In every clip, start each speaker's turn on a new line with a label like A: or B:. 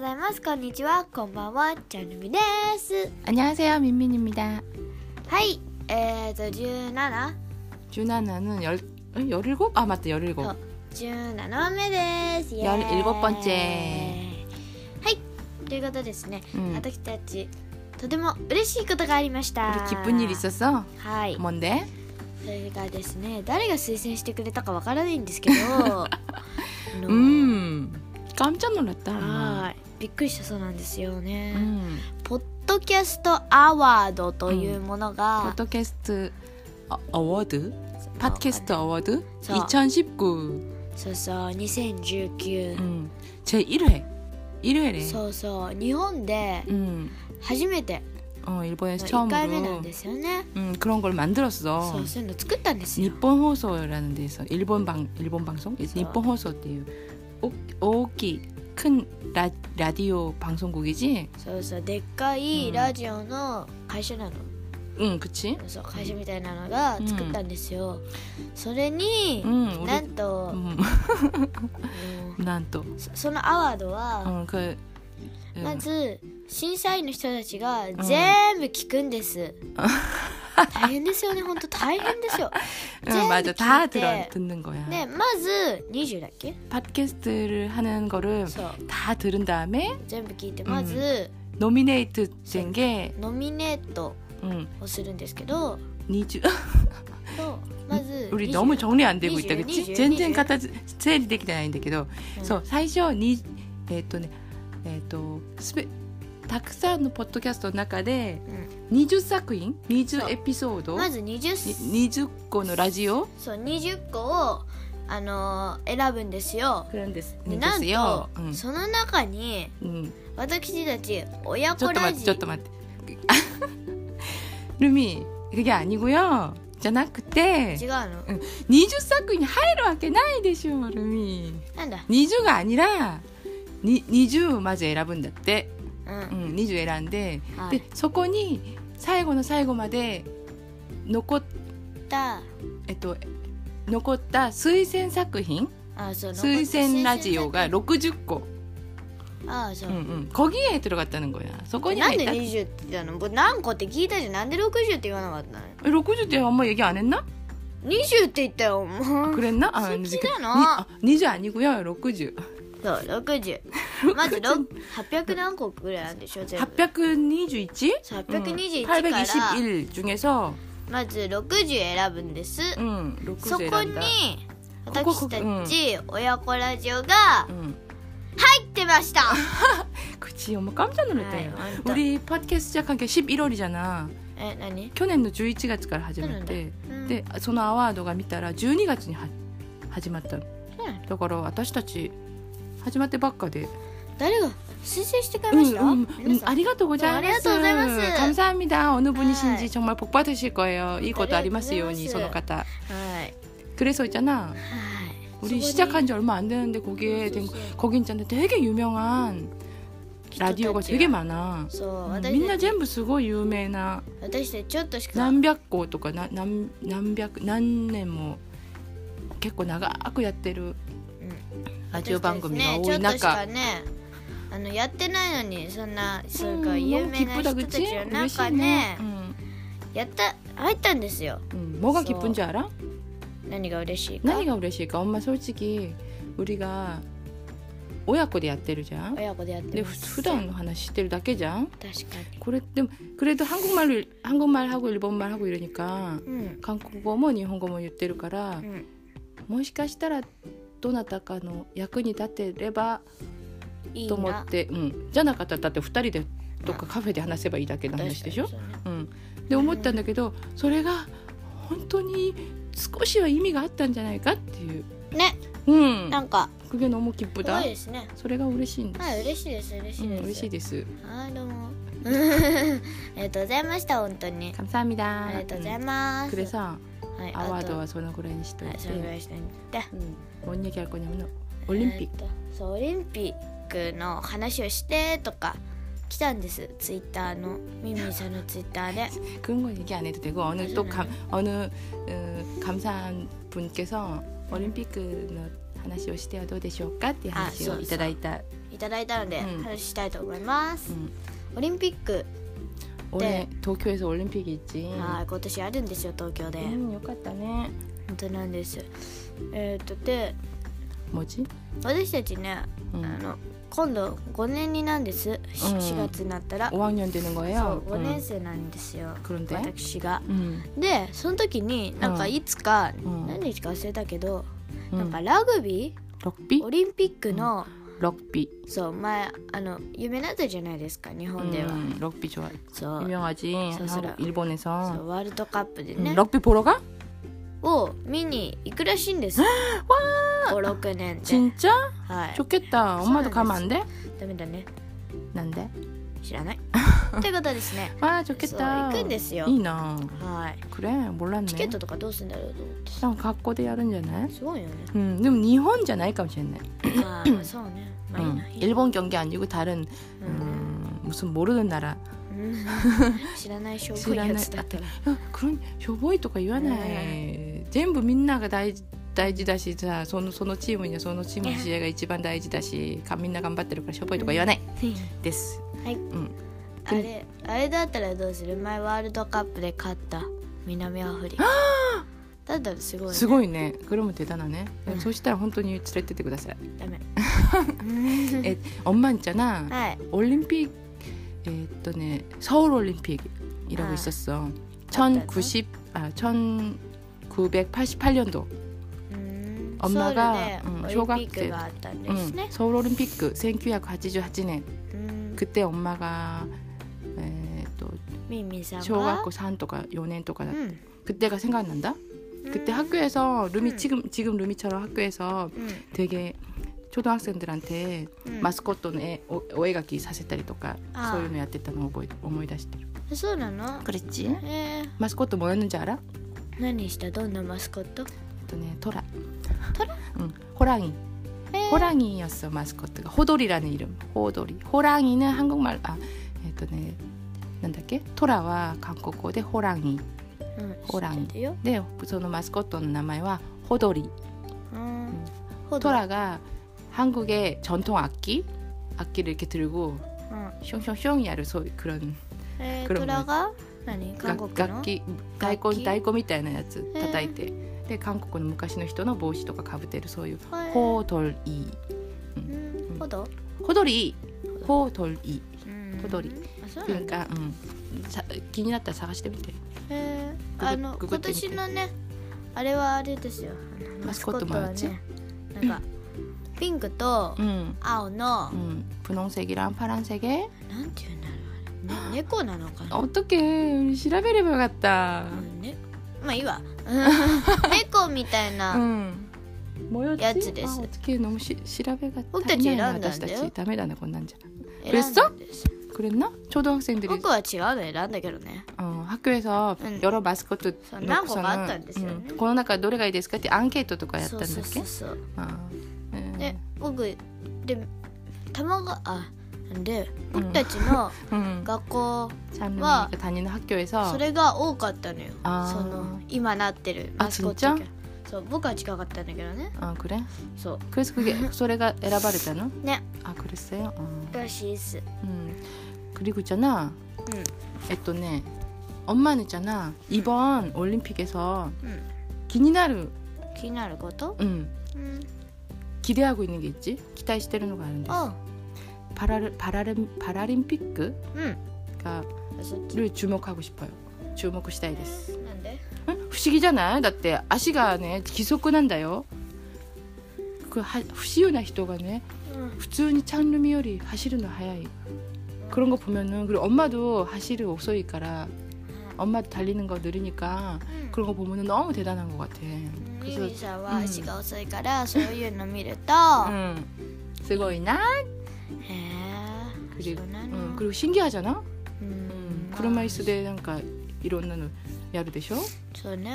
A: ざいます。こんにちは、こんばんは、ちゃんみです。
B: 안녕하세요 민민입니다.
A: はい、えーと、17、
B: 준하나는 열 응? 열일곱? 아 맞다 열일곱.
A: 어. 17目です。イエーイ
B: 17번째
A: はい、ということですね、
B: 음.
A: 私たち、とても嬉しいことがありました。
B: 우리 기쁜 일 있었어?
A: はい、
B: 뭔데?
A: それがですね、誰が推薦してくれたかわからないんですけど、 あの
B: 음 깜짝 놀랐다.
A: 아,
B: 엄마.
A: はい、びっくりしたそうなんですよね。
B: 음.
A: ポッドキャストアワードというものが、
B: 포토캐스트 어, 어워드, 팟캐스트 어워드
A: 네. 저.
B: 2019.
A: そうそう2019、
B: 음. 제 1회 1회래.
A: そうそう日本で
B: 음.
A: 初めて
B: 어 일본에서
A: 1回目なん
B: 처음으로
A: ですよね、
B: 음, 그런 걸
A: そ
B: 만들었어.
A: うそういうの作ったんですよ
B: 일본 호소라는 데서 일본 방 일본 방송 일본 호소띠요. 오키 큰 라, 라디오 방송국이지?
A: そうそうでっかい
B: うん
A: ラジオの会社なの、
B: 응 그치?
A: そう会社みたいなのが作ったんですよ、それに、
B: 응
A: な
B: 우리
A: んと、あ
B: 음,
A: の
B: 난 또.
A: そそのアワードは、
B: 어, 그
A: ま
B: 응.
A: ず審査員の人たちが全部聞くんです、大変ですよね本当大変でしょ
B: 응, 맞아 다
A: 재밌을 때.
B: 들어 듣는 거야.
A: ねまず20だっけ
B: 팟캐스트를 하는 거를
A: そう
B: 다 들은 다음에
A: 全部聞いて
B: うん
A: まず、
B: 노미네이트 된게
A: ノミネート
B: 응,
A: をするんですけど
B: 니즈
A: とまず
B: 우리
A: 20
B: 너무 정리 안 되고 있다
A: 니즈,
B: 그치?
A: 니즈,
B: 전쟁
A: 니즈.
B: 갖다 세일이 되기 아닌데けど
A: うん
B: そう最初にえっ、とねえっ、とすべたくさんのポッドキャストの中で
A: うん
B: 20作品
A: そう
B: 20エピソード
A: まず 20,
B: に20個のラジオ
A: そう20個を、あのー選ぶんですよ
B: くるんです
A: で
B: んで
A: なん
B: す
A: と
B: よ、、うん
A: その中に
B: うん、
A: 私たち親
B: ちょ
A: 子
B: っと待
A: ラ
B: って
A: ジ
B: ちょっと待 ってルミ그게아니고요じゃなくて
A: 違うの
B: 20作品に入るわけないでしょルミ
A: なんだ
B: 20が아니라に20をまず選ぶんだって、
A: うん、
B: うん、20選んで
A: はい
B: でそこに最後の最後まで残っ,、
A: だ
B: えっと、残った推薦作品
A: あそう
B: 推薦ラジオが
A: 推薦
B: 60個、
A: ラジオあそう
B: う、んうん、거기에 들어갔다는 거야. そこに
A: なん
B: 入っ
A: で
B: た
A: 20って言ったの僕何個って聞いたじゃんなんで60って言わなかったの
B: え60ってあんま얘기안 했나?
A: ?20 って言ったよもう
B: 그랬나? 아,
A: 새끼잖아.
B: 니- 아, 20 아니고요. 60.
A: そう60まずろ800何個ぐらいあるんでしょ全部
B: 821?
A: そう821
B: 821 중에서
A: まず60選ぶんです、
B: 음, 60
A: そこに
B: 란다. ここ
A: 私た
B: ここ
A: ち親子ラジオが入
B: 음.
A: ってま した、
B: 그치. 엄마 깜짝 놀랐다. 요 우리 팟캐스트 시작한 게 11월이잖아.
A: え何
B: 去年の11月から始めて
A: うん
B: でそのアワードが見たら12月には始まったの
A: そうなの
B: だから私たち始まってばっかで、
A: 誰が推薦してくれました、
B: うんうん
A: 皆さん
B: ありがとうございます
A: ありがとうございます
B: 감사합니다 어느 분이신지
A: 네.
B: 정말 복 받으실 거예요 이 것도
A: 네,
B: 아리마스
A: 네,
B: 요니
A: 네.
B: その方
A: はい
B: 그래서 있잖아
A: はいそ
B: 우리
A: こに
B: 시작한 지 얼마 안 되는데 거기에 된- 거기 있잖아 되게 유명한
A: 人たちが
B: 라디오가 되게 많아
A: そう
B: 음,
A: 私
B: 민나
A: たち
B: 전부 쓰고 유명한
A: 私たちちょっとしか
B: 何百個とか何百何年も結構長くやってるラジオ番組が多い
A: 私たち
B: 中、
A: ねちょっとしかねあのやってないのにそんなそれから有名な人たちの中ねやった入ったんですよ
B: 뭐가 기쁜 줄 알아?
A: 何が嬉しいか
B: 나이가 우레시니까 엄마 솔직히 우리가 오야코도 やってるじゃん.
A: 親子でやって
B: で
A: ま
B: ふ
A: す
B: 普段の話してるだけじゃん
A: 確か
B: これでも그래도한국말을한국말하고일본말하고이러니까
A: にうん
B: 韓国語も日本語も言ってるから
A: う、ん
B: もしかしたらどなたかの役に立てれば
A: いい
B: と
A: な
B: 思ってうん、じゃなかったらだって2人でとかカフェで話せばいいだけの話でしょ
A: 確、かにそうね
B: うん、で思ったんだけどそれが本当に少しは意味があったんじゃないかっていう、
A: ね
B: うん、
A: なんか
B: くげのもきっぷ
A: すご
B: だ
A: いですね
B: それが嬉しいんです、
A: はい嬉しいです嬉し
B: う
A: い
B: ん
A: です、
B: 嬉しいです
A: はいどうも ありがとうございました本当に
B: 감사합니다
A: ありがとうございます、
B: 그래서
A: はい
B: アワード
A: は
B: はそのぐらいにしとい
A: はい
B: て、
A: それぐらいしてみて
B: うん、뭔 얘기할 거냐면 올림
A: え
B: 픽
A: ーとそうオリンピックの話をしてとか来たんですツイッターのミミさんのツイッター で
B: 그런 건 얘기 안 해도 되고 어느 또 네, 감, 어느 어, 감사한 분께서 올림픽 話をしてはどうでしょうかっていう話
A: あ
B: を
A: そうそう
B: いただいた。
A: いただいたので
B: うん
A: 話したいと思います、
B: うん
A: オリンピック、
B: 음, 올해 도쿄에서 올림픽이 있지.
A: はい今年あるんですよ東京で、
B: 음, 요 같다 네.
A: 本当なんですえっ、とで
B: 뭐지?
A: 私たちね、
B: 음.
A: あの今度5年になんですし
B: うん
A: 4月になったら、
B: 5학년 되는
A: そ
B: 거예요. 음,
A: う5年生なんですよ、
B: 그런데?
A: 私が
B: 음.
A: でその時になんか
B: うん
A: いつか、
B: うん
A: 何日か忘れたけど、
B: 음.
A: なんかラグビ
B: 럭비?
A: ーオリンピックの、
B: 럭비.
A: そう前あの有名だったじゃないですか日本では、
B: 음, 럭비 좋아.
A: そう
B: 유명하지.
A: 사실은.
B: 한국, 일본에서.
A: そうワールドカップで
B: 음,
A: ね、
B: 럭비 보러 가?
A: を見に行くらしいん です56年で、
B: 진짜?
A: はい、
B: 좋겠다. 엄마도
A: 네. 수원에서.
B: 가면 안 돼?
A: ダメだね
B: 난데.
A: 知 らないということですね
B: 와
A: そう
B: 좋겠다.
A: 行くんですよ
B: 이나.
A: はい
B: 그래 몰랐네.
A: チケットとかどうするんだろうと思ってさ
B: 그냥 갖고 대 야른잖아.
A: すごいよね
B: 음, 그럼 일본 じゃないかもしれない
A: ああそうねまあいい
B: 음,
A: ないいな
B: 일본 경기 아니고 다른
A: う
B: 음, 무슨 모르는 나라.
A: ん知らないしょぼいやつだったら
B: 야, 그런 쇼보이 とか言わない全部みんなが大事大事だしさそのそのチームにはそのチームの試合が一番大事だしかみんな頑張ってるからしょぼいとか言わないです
A: はい、
B: ん
A: あれあれだったらどうする前ワールドカップで勝った南アフリカ だったらすごい、ね、
B: すごいね그러면대단하네
A: うん
B: そしたら本当に連れてってください
A: ダ メ
B: え엄마있잖아
A: はい
B: 올림픽 에, 또 네, 서울 올림픽이라고
A: 아.
B: 있었어. 1090 아, 1988년도.
A: うーん
B: 엄마가
A: ソウルで
B: うん
A: オ
B: 小
A: リン
B: 学
A: ピッ
B: 生
A: クがあったんで
B: 응,
A: すね
B: 서울 올림픽 그 1988년.
A: うーん
B: 그때 엄마가 에, 또
A: ミンミンさんが
B: 초등학교 3 또가 4년 또가
A: う
B: 났-
A: ん
B: 그때가 생각난다. 그때 학교에서 루미
A: 음.
B: 지금 지금 루미처럼 학교에서
A: うん
B: 되게 초등학생들한테
A: うん
B: 마스코트 애, 오, 오에가기 사세다리 또 가.
A: 아.
B: 소유노 야때다는 오보이 오모이 다시대.
A: そうなの
B: 그랬지?
A: えー、
B: 마스코트 뭐였는지 알아?
A: 何したどんなマスコット
B: 또네 토라. 응, 호랑이. 호랑이였어 마스코트가 호돌이라는 이름. 호돌이. 호랑이는 한국말 아, 또네 난다게 토라와 한국어대 호랑이.
A: うん
B: ホラン
A: 知ってるよ
B: 네, 저는 마스코트의 이름은 호돌이.
A: うーんほど
B: 토라가 한국의 전통 악기 악기를 이렇게 들고
A: うん
B: 숑숑숑 야를 소 그런
A: えー、
B: 黒
A: ト
B: の
A: ラが何韓
B: 가-
A: 国の
B: 楽器大根
A: 楽器
B: 太鼓みたいなやつ叩いて、で韓国の昔の人の帽子とかかぶってるそういう
A: はい
B: ホードリー
A: うんほど
B: ホドリーホードリー
A: うん
B: 小鳥
A: あそう
B: な
A: なんんだ
B: か、
A: 음.
B: うん、さ気になったら探してみて
A: へー
B: ググ
A: あの
B: ググ
A: 今
B: ってみて
A: 年のねあれはあれですよあの
B: マスコットも
A: マスコットはねなんかピンクと
B: うん
A: 青の
B: うん 음. 분홍색이랑파란색에
A: なんていうんだろうあれね猫なのかな
B: 어떡해調べればよかった
A: うんねまあいいわうん 猫みたいな
B: うん뭐였지
A: やつです
B: あ어떡해너무시調べが
A: 僕たち選んだんだよ
B: 足りないな私たちダメだなこんなんじゃ
A: 選んだんです
B: 그랬나? 초등학생들이
A: 僕は違うの選んだけどね
B: 어, 학교에서
A: 응.
B: 여러 마스코트
A: 저
B: 놓고서는,
A: 나고가 왔다는 뜻이에요.
B: 응, 코로나가 노래가 됐을까 때 안케이토 とかやったん
A: そ
B: だ
A: う
B: っ
A: そう
B: け
A: そうそう
B: あーうん
A: で僕で卵があで僕たち の
B: うん
A: 学校、
B: サンルミが 음. 다니는 학교에서
A: それが多かったのよそ
B: あー
A: の今なってるマスコッ
B: あ
A: ト
B: ちん
A: がそう僕は違かったんだけどね
B: 아, 그래?
A: そ
B: 그래서 그게 소래가 에라바르잖아.
A: うね
B: 아, 그랬어요. 어.
A: らしいっす
B: 음. 그리고 있잖아.
A: う
B: 에또네. 엄마는 있잖아. 이번 올림픽에서
A: ん、うん、
B: 기니나루
A: 気になること、
B: 음.
A: うん、
B: 기대하고 있는 게 있지? 기대시대는 거 아는데.
A: あ
B: 바라르 바라름 바라림픽
A: うん
B: 가
A: あそっち
B: 를 주목하고 싶어요. 주목 したいです.
A: なんで
B: 응? 不思議じゃないだって足がね義足なんだよ。그 그 하- 不自由な人がね
A: うん
B: 普通に 찬루미より 走るの速い 그런 거 보면은 그리고 엄마도 走る遅いから 엄마도 달리는 거 느리니까
A: うん
B: 그런 거 보면은 너무 대단한 것 같아.
A: ユ
B: 그래서
A: ミさん
B: う
A: は
B: ん
A: 足が遅いから、そういうの見ると、
B: 응. 쓰고이나
A: へえ
B: 그리고
A: そうなの、
B: 응, 그리고 신기하잖아.
A: うん
B: 응.
A: まあ
B: 그런 마이스데 뭔가 그러니까 이런 나는 야루 되셔.
A: そうね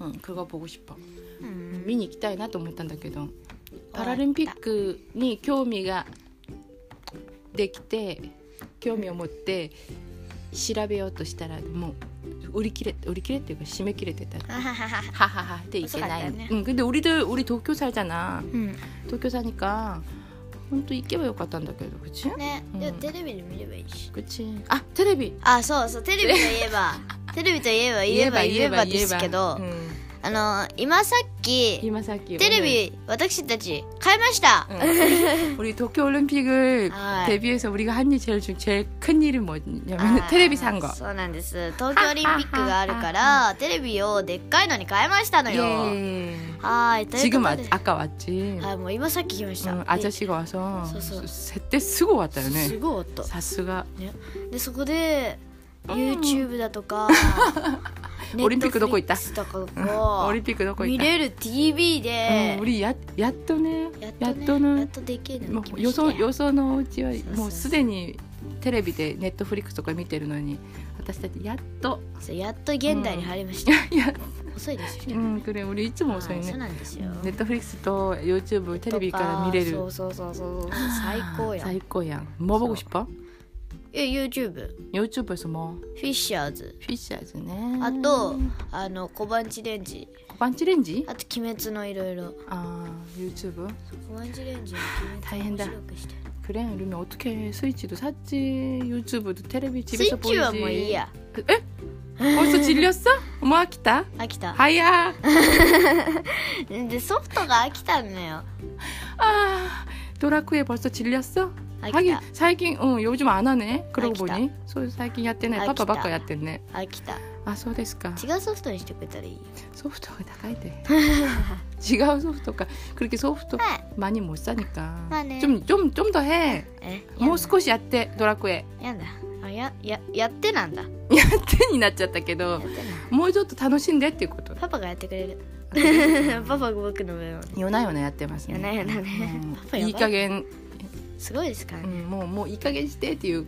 B: 응. 그거 보고 싶어.
A: うん
B: 미니 기타이나 또 못한다 게도.
A: 어,
B: 그, 파라림픽이 興味が뭐できて興味を持って調べようとしたらもう売り切れ売り切れっていうか締め切れてた
A: 하하하하.
B: 그 하하하 근데 이게 나이
A: 없어갔다네.
B: 응 근데 우리들 우리 도쿄 살잖아
A: 음.
B: 도쿄 사니까 혼또 이깨봐よかったんだけど 그치?
A: 네. 야,
B: 음.
A: 테레비를 밀려봐, 이씨.
B: 그치 아 테레비
A: 아, そうそう、テレビといえ ば、テレビといえば、言えば言えばですけど、
B: 응.
A: あの、今さっき、
B: 이마 사키
A: テレビ、私たち、買いました。
B: 응. 우리 도쿄 올림픽을
A: 아.
B: 데뷔해서 우리가 한 일 제일 중 제일 큰 일이 뭐냐면
A: あー
B: 테레비 산 거.
A: そうなんです東京オリンピックがある からテレビをでっかいのに変えましたのよ
B: 예.
A: はーいというこ
B: 지금
A: と
B: 아,
A: で
B: 아까 왔지.
A: はいもう今さっき来ました、
B: 응,
A: で
B: 아저씨가 와서
A: 서서.
B: 세때 쓰고
A: す
B: 왔다요네.
A: ごい音
B: 사스가
A: でそこで
B: うん
A: YouTube だとか
B: オリンピックどこ行った
A: Netflix とか
B: 올림픽 넣고
A: を
B: 있다.
A: 見れる TV で
B: 응, 、 우리 야, 야또네
A: やっとねやっ
B: 야또는
A: とできるの
B: も
A: 来ま
B: う
A: し
B: よ
A: たよ
B: そよそのうちは
A: そうそうそう
B: もうすでにテレビでネットフリックスとか見てるのに私たちやっと、
A: そうやっと現代に入りました、
B: いや
A: 遅いです
B: う
A: よ、
B: ん、これ俺いつも遅い
A: はいそう
B: ね
A: なんですよ
B: ネットフリックスと YouTube テレビから見れ
A: と
B: る
A: かそうそうそうそう最高やん
B: 最高やんもう僕しっぱ
A: え YouTube
B: YouTube에서 뭐
A: フィッシャーズ
B: 피셔즈 ね
A: あとあの小判レンジ
B: 반치렌지
A: あと「鬼滅のいろいろ
B: 아 유튜브 」
A: 小判レンジの鬼滅
B: 大変だ
A: 面白くしてる
B: 그래 이러면 어떻게 스위치도 샀지 유튜브도 테레비
A: スイ
B: 집에서
A: ッチは
B: 보지
A: もういいや
B: 에? 벌써 질렸어? 뭐 아키다
A: 飽きた
B: 하야
A: でソフトが飽きたのよ
B: 아 도라쿠에 벌써 질렸어?
A: 飽き
B: 하긴
A: た
B: 사이긴 응 요즘 안 하네. 그러고
A: 아기다.
B: 보니 소 사이긴 야떼네.
A: 아기다.
B: 빠빠 바꿔 야떼네.
A: 飽きた
B: 아 소데스까.
A: 違うソフトにしてくれたらいいよ
B: 소프트가 나가야 돼. 지가 소프트가 그렇게 소프트 많이 못 사니까
A: 맞네.
B: 좀 좀 좀 더 해.
A: え
B: 뭐 스코시 야떼 도라쿠에
A: やんだあやややってなんだや
B: 야떼니 났었다けど 뭐,
A: ってなん
B: もうちょっと楽しんでっていうこと.
A: パパがやってくれる パパが僕の目を
B: 요나요나 야떼ますね.
A: 夜な夜なね。パパやばい。
B: いい加減
A: すごいですからね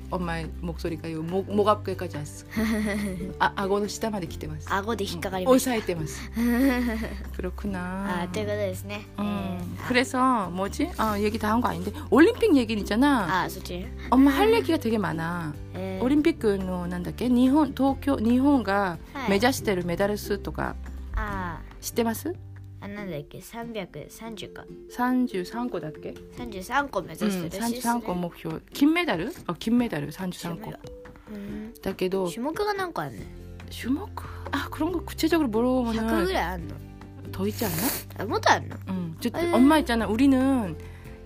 B: もうもういい加減してっていうお前목소리가요 목 앞까지 왔어. 아顎の下まで来てます。
A: 顎で引っかかりました
B: 抑えてます. 그렇구나.
A: あということですね、
B: 음, 그래서 뭐지? 아, 얘기 다 한 거 아닌데 올림픽 얘기는 있잖아.
A: あそっちね
B: 엄마 할 얘기가 되게 많아.
A: えー
B: 올림픽은 난다게 일본 도쿄 일본가
A: はい
B: 메자시테르 메달 수とか
A: あ
B: 知ってます?
A: ーあなんだっけ330か
B: 33個だっけ?
A: 33個目指して
B: 네,
A: るらしいっすね
B: 33거 음, 목표. 금메달? 어, 금메달 33거.
A: うん
B: だけど
A: 種目がなんかあんね
B: 주먹 아 그런 거 구체적으로
A: 100ぐ
B: 물어보면은
A: らいあんの
B: 더 있지 않나?
A: あもっとあんの
B: 응. 저,
A: 에이.
B: 엄마 있잖아. 네. 우리는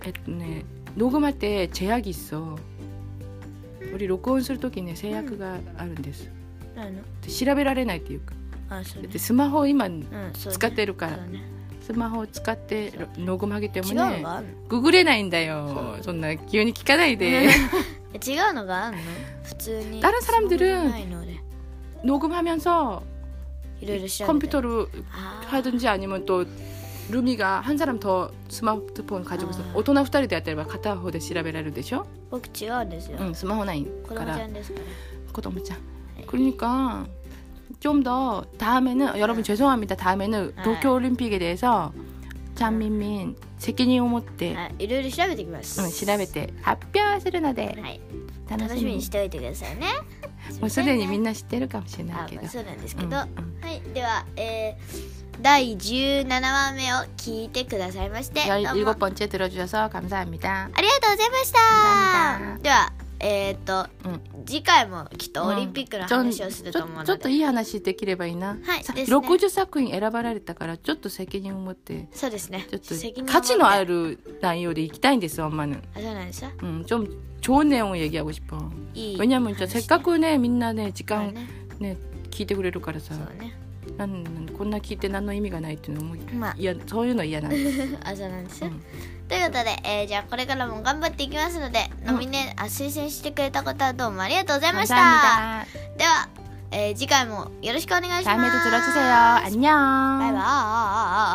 B: 에, 녹음할 때 제약이 있어. 우리 녹음 쓸 때에 제약가 아른데스.
A: あの
B: 調べられないっていうか.
A: あそうね
B: 근데 스마트
A: う
B: 이만
A: んそうね
B: 使ってるから.
A: そうね
B: 스마트 使って 녹음하기
A: 違うの
B: 때문에
A: があんの
B: 구글에ないんだよ.
A: そう。
B: 존나 기운이 기까나이 돼.
A: え違うのがあんの普通に
B: 다른사람들은
A: そうでもないので
B: 녹음하면서
A: いろいろ調べて
B: 컴퓨터로
A: あー
B: 하든지 아니면 또 루미가 한 사람 더 스마트폰 가지고 있어.
A: 아.
B: 大人2人でやったら片方で調べられるでしょ?
A: 僕違うんですよ、
B: 응, 스마트 ない
A: 子供ちゃんですから
B: 고동무짱. 그러니까 좀 더 다음에는 여러분 죄송합니다. 다음에는
A: 네.
B: 도쿄 올림픽에 대해서 잔민민 세끼니 오모때
A: あいろいろ調べてきます、
B: 시라베때 합병하시려나데
A: はい、楽しみ
B: 楽しみに
A: にしておいてくださいね
B: もうすでに
A: なあ、
B: みんな知ってるかもしれないけど.
A: まあ、そうなんですけ
B: 응,
A: ど、
B: 응.
A: はい、では、えー第17話目を聞いてくださいましてどうも
B: 17번째 들어주셔서 감사합니다.
A: ありがとうございました
B: ありがとうございました
A: ではえっ、と、次回もきっとオリンピックの話をすると思うので、
B: ちょっといい話できればいいな。
A: はい、ですね。
B: 60作品選ばられたからちょっと責任を持って。
A: そうですね
B: ちょっと
A: 責任を持って
B: 価値のある内容でいきたいんですよ、엄마는
A: あそうなんですよ
B: 음, 좀 좋은 내용을 얘기하고 싶어.
A: いい
B: 왜냐면 진짜
A: 話ね
B: 색깔꾸네 민나네
A: そう
B: 직강
A: ね
B: 네 기대 그래로
A: そ
B: 가라서
A: うね
B: 나는 곤나 기대 나노 의미가 나이 때 너무
A: まあ
B: 이야 저유노 이야나.
A: あそうなんです よ、
B: うん
A: ということで、えーじゃあこれからも頑張っていきますので、
B: ん
A: ノミネあ推薦してくれた方はどうもありがとうございました
B: 다
A: では、えー次回もよろしくお願いします
B: 다음에도 들어주세요. 안녕.
A: バイバーイ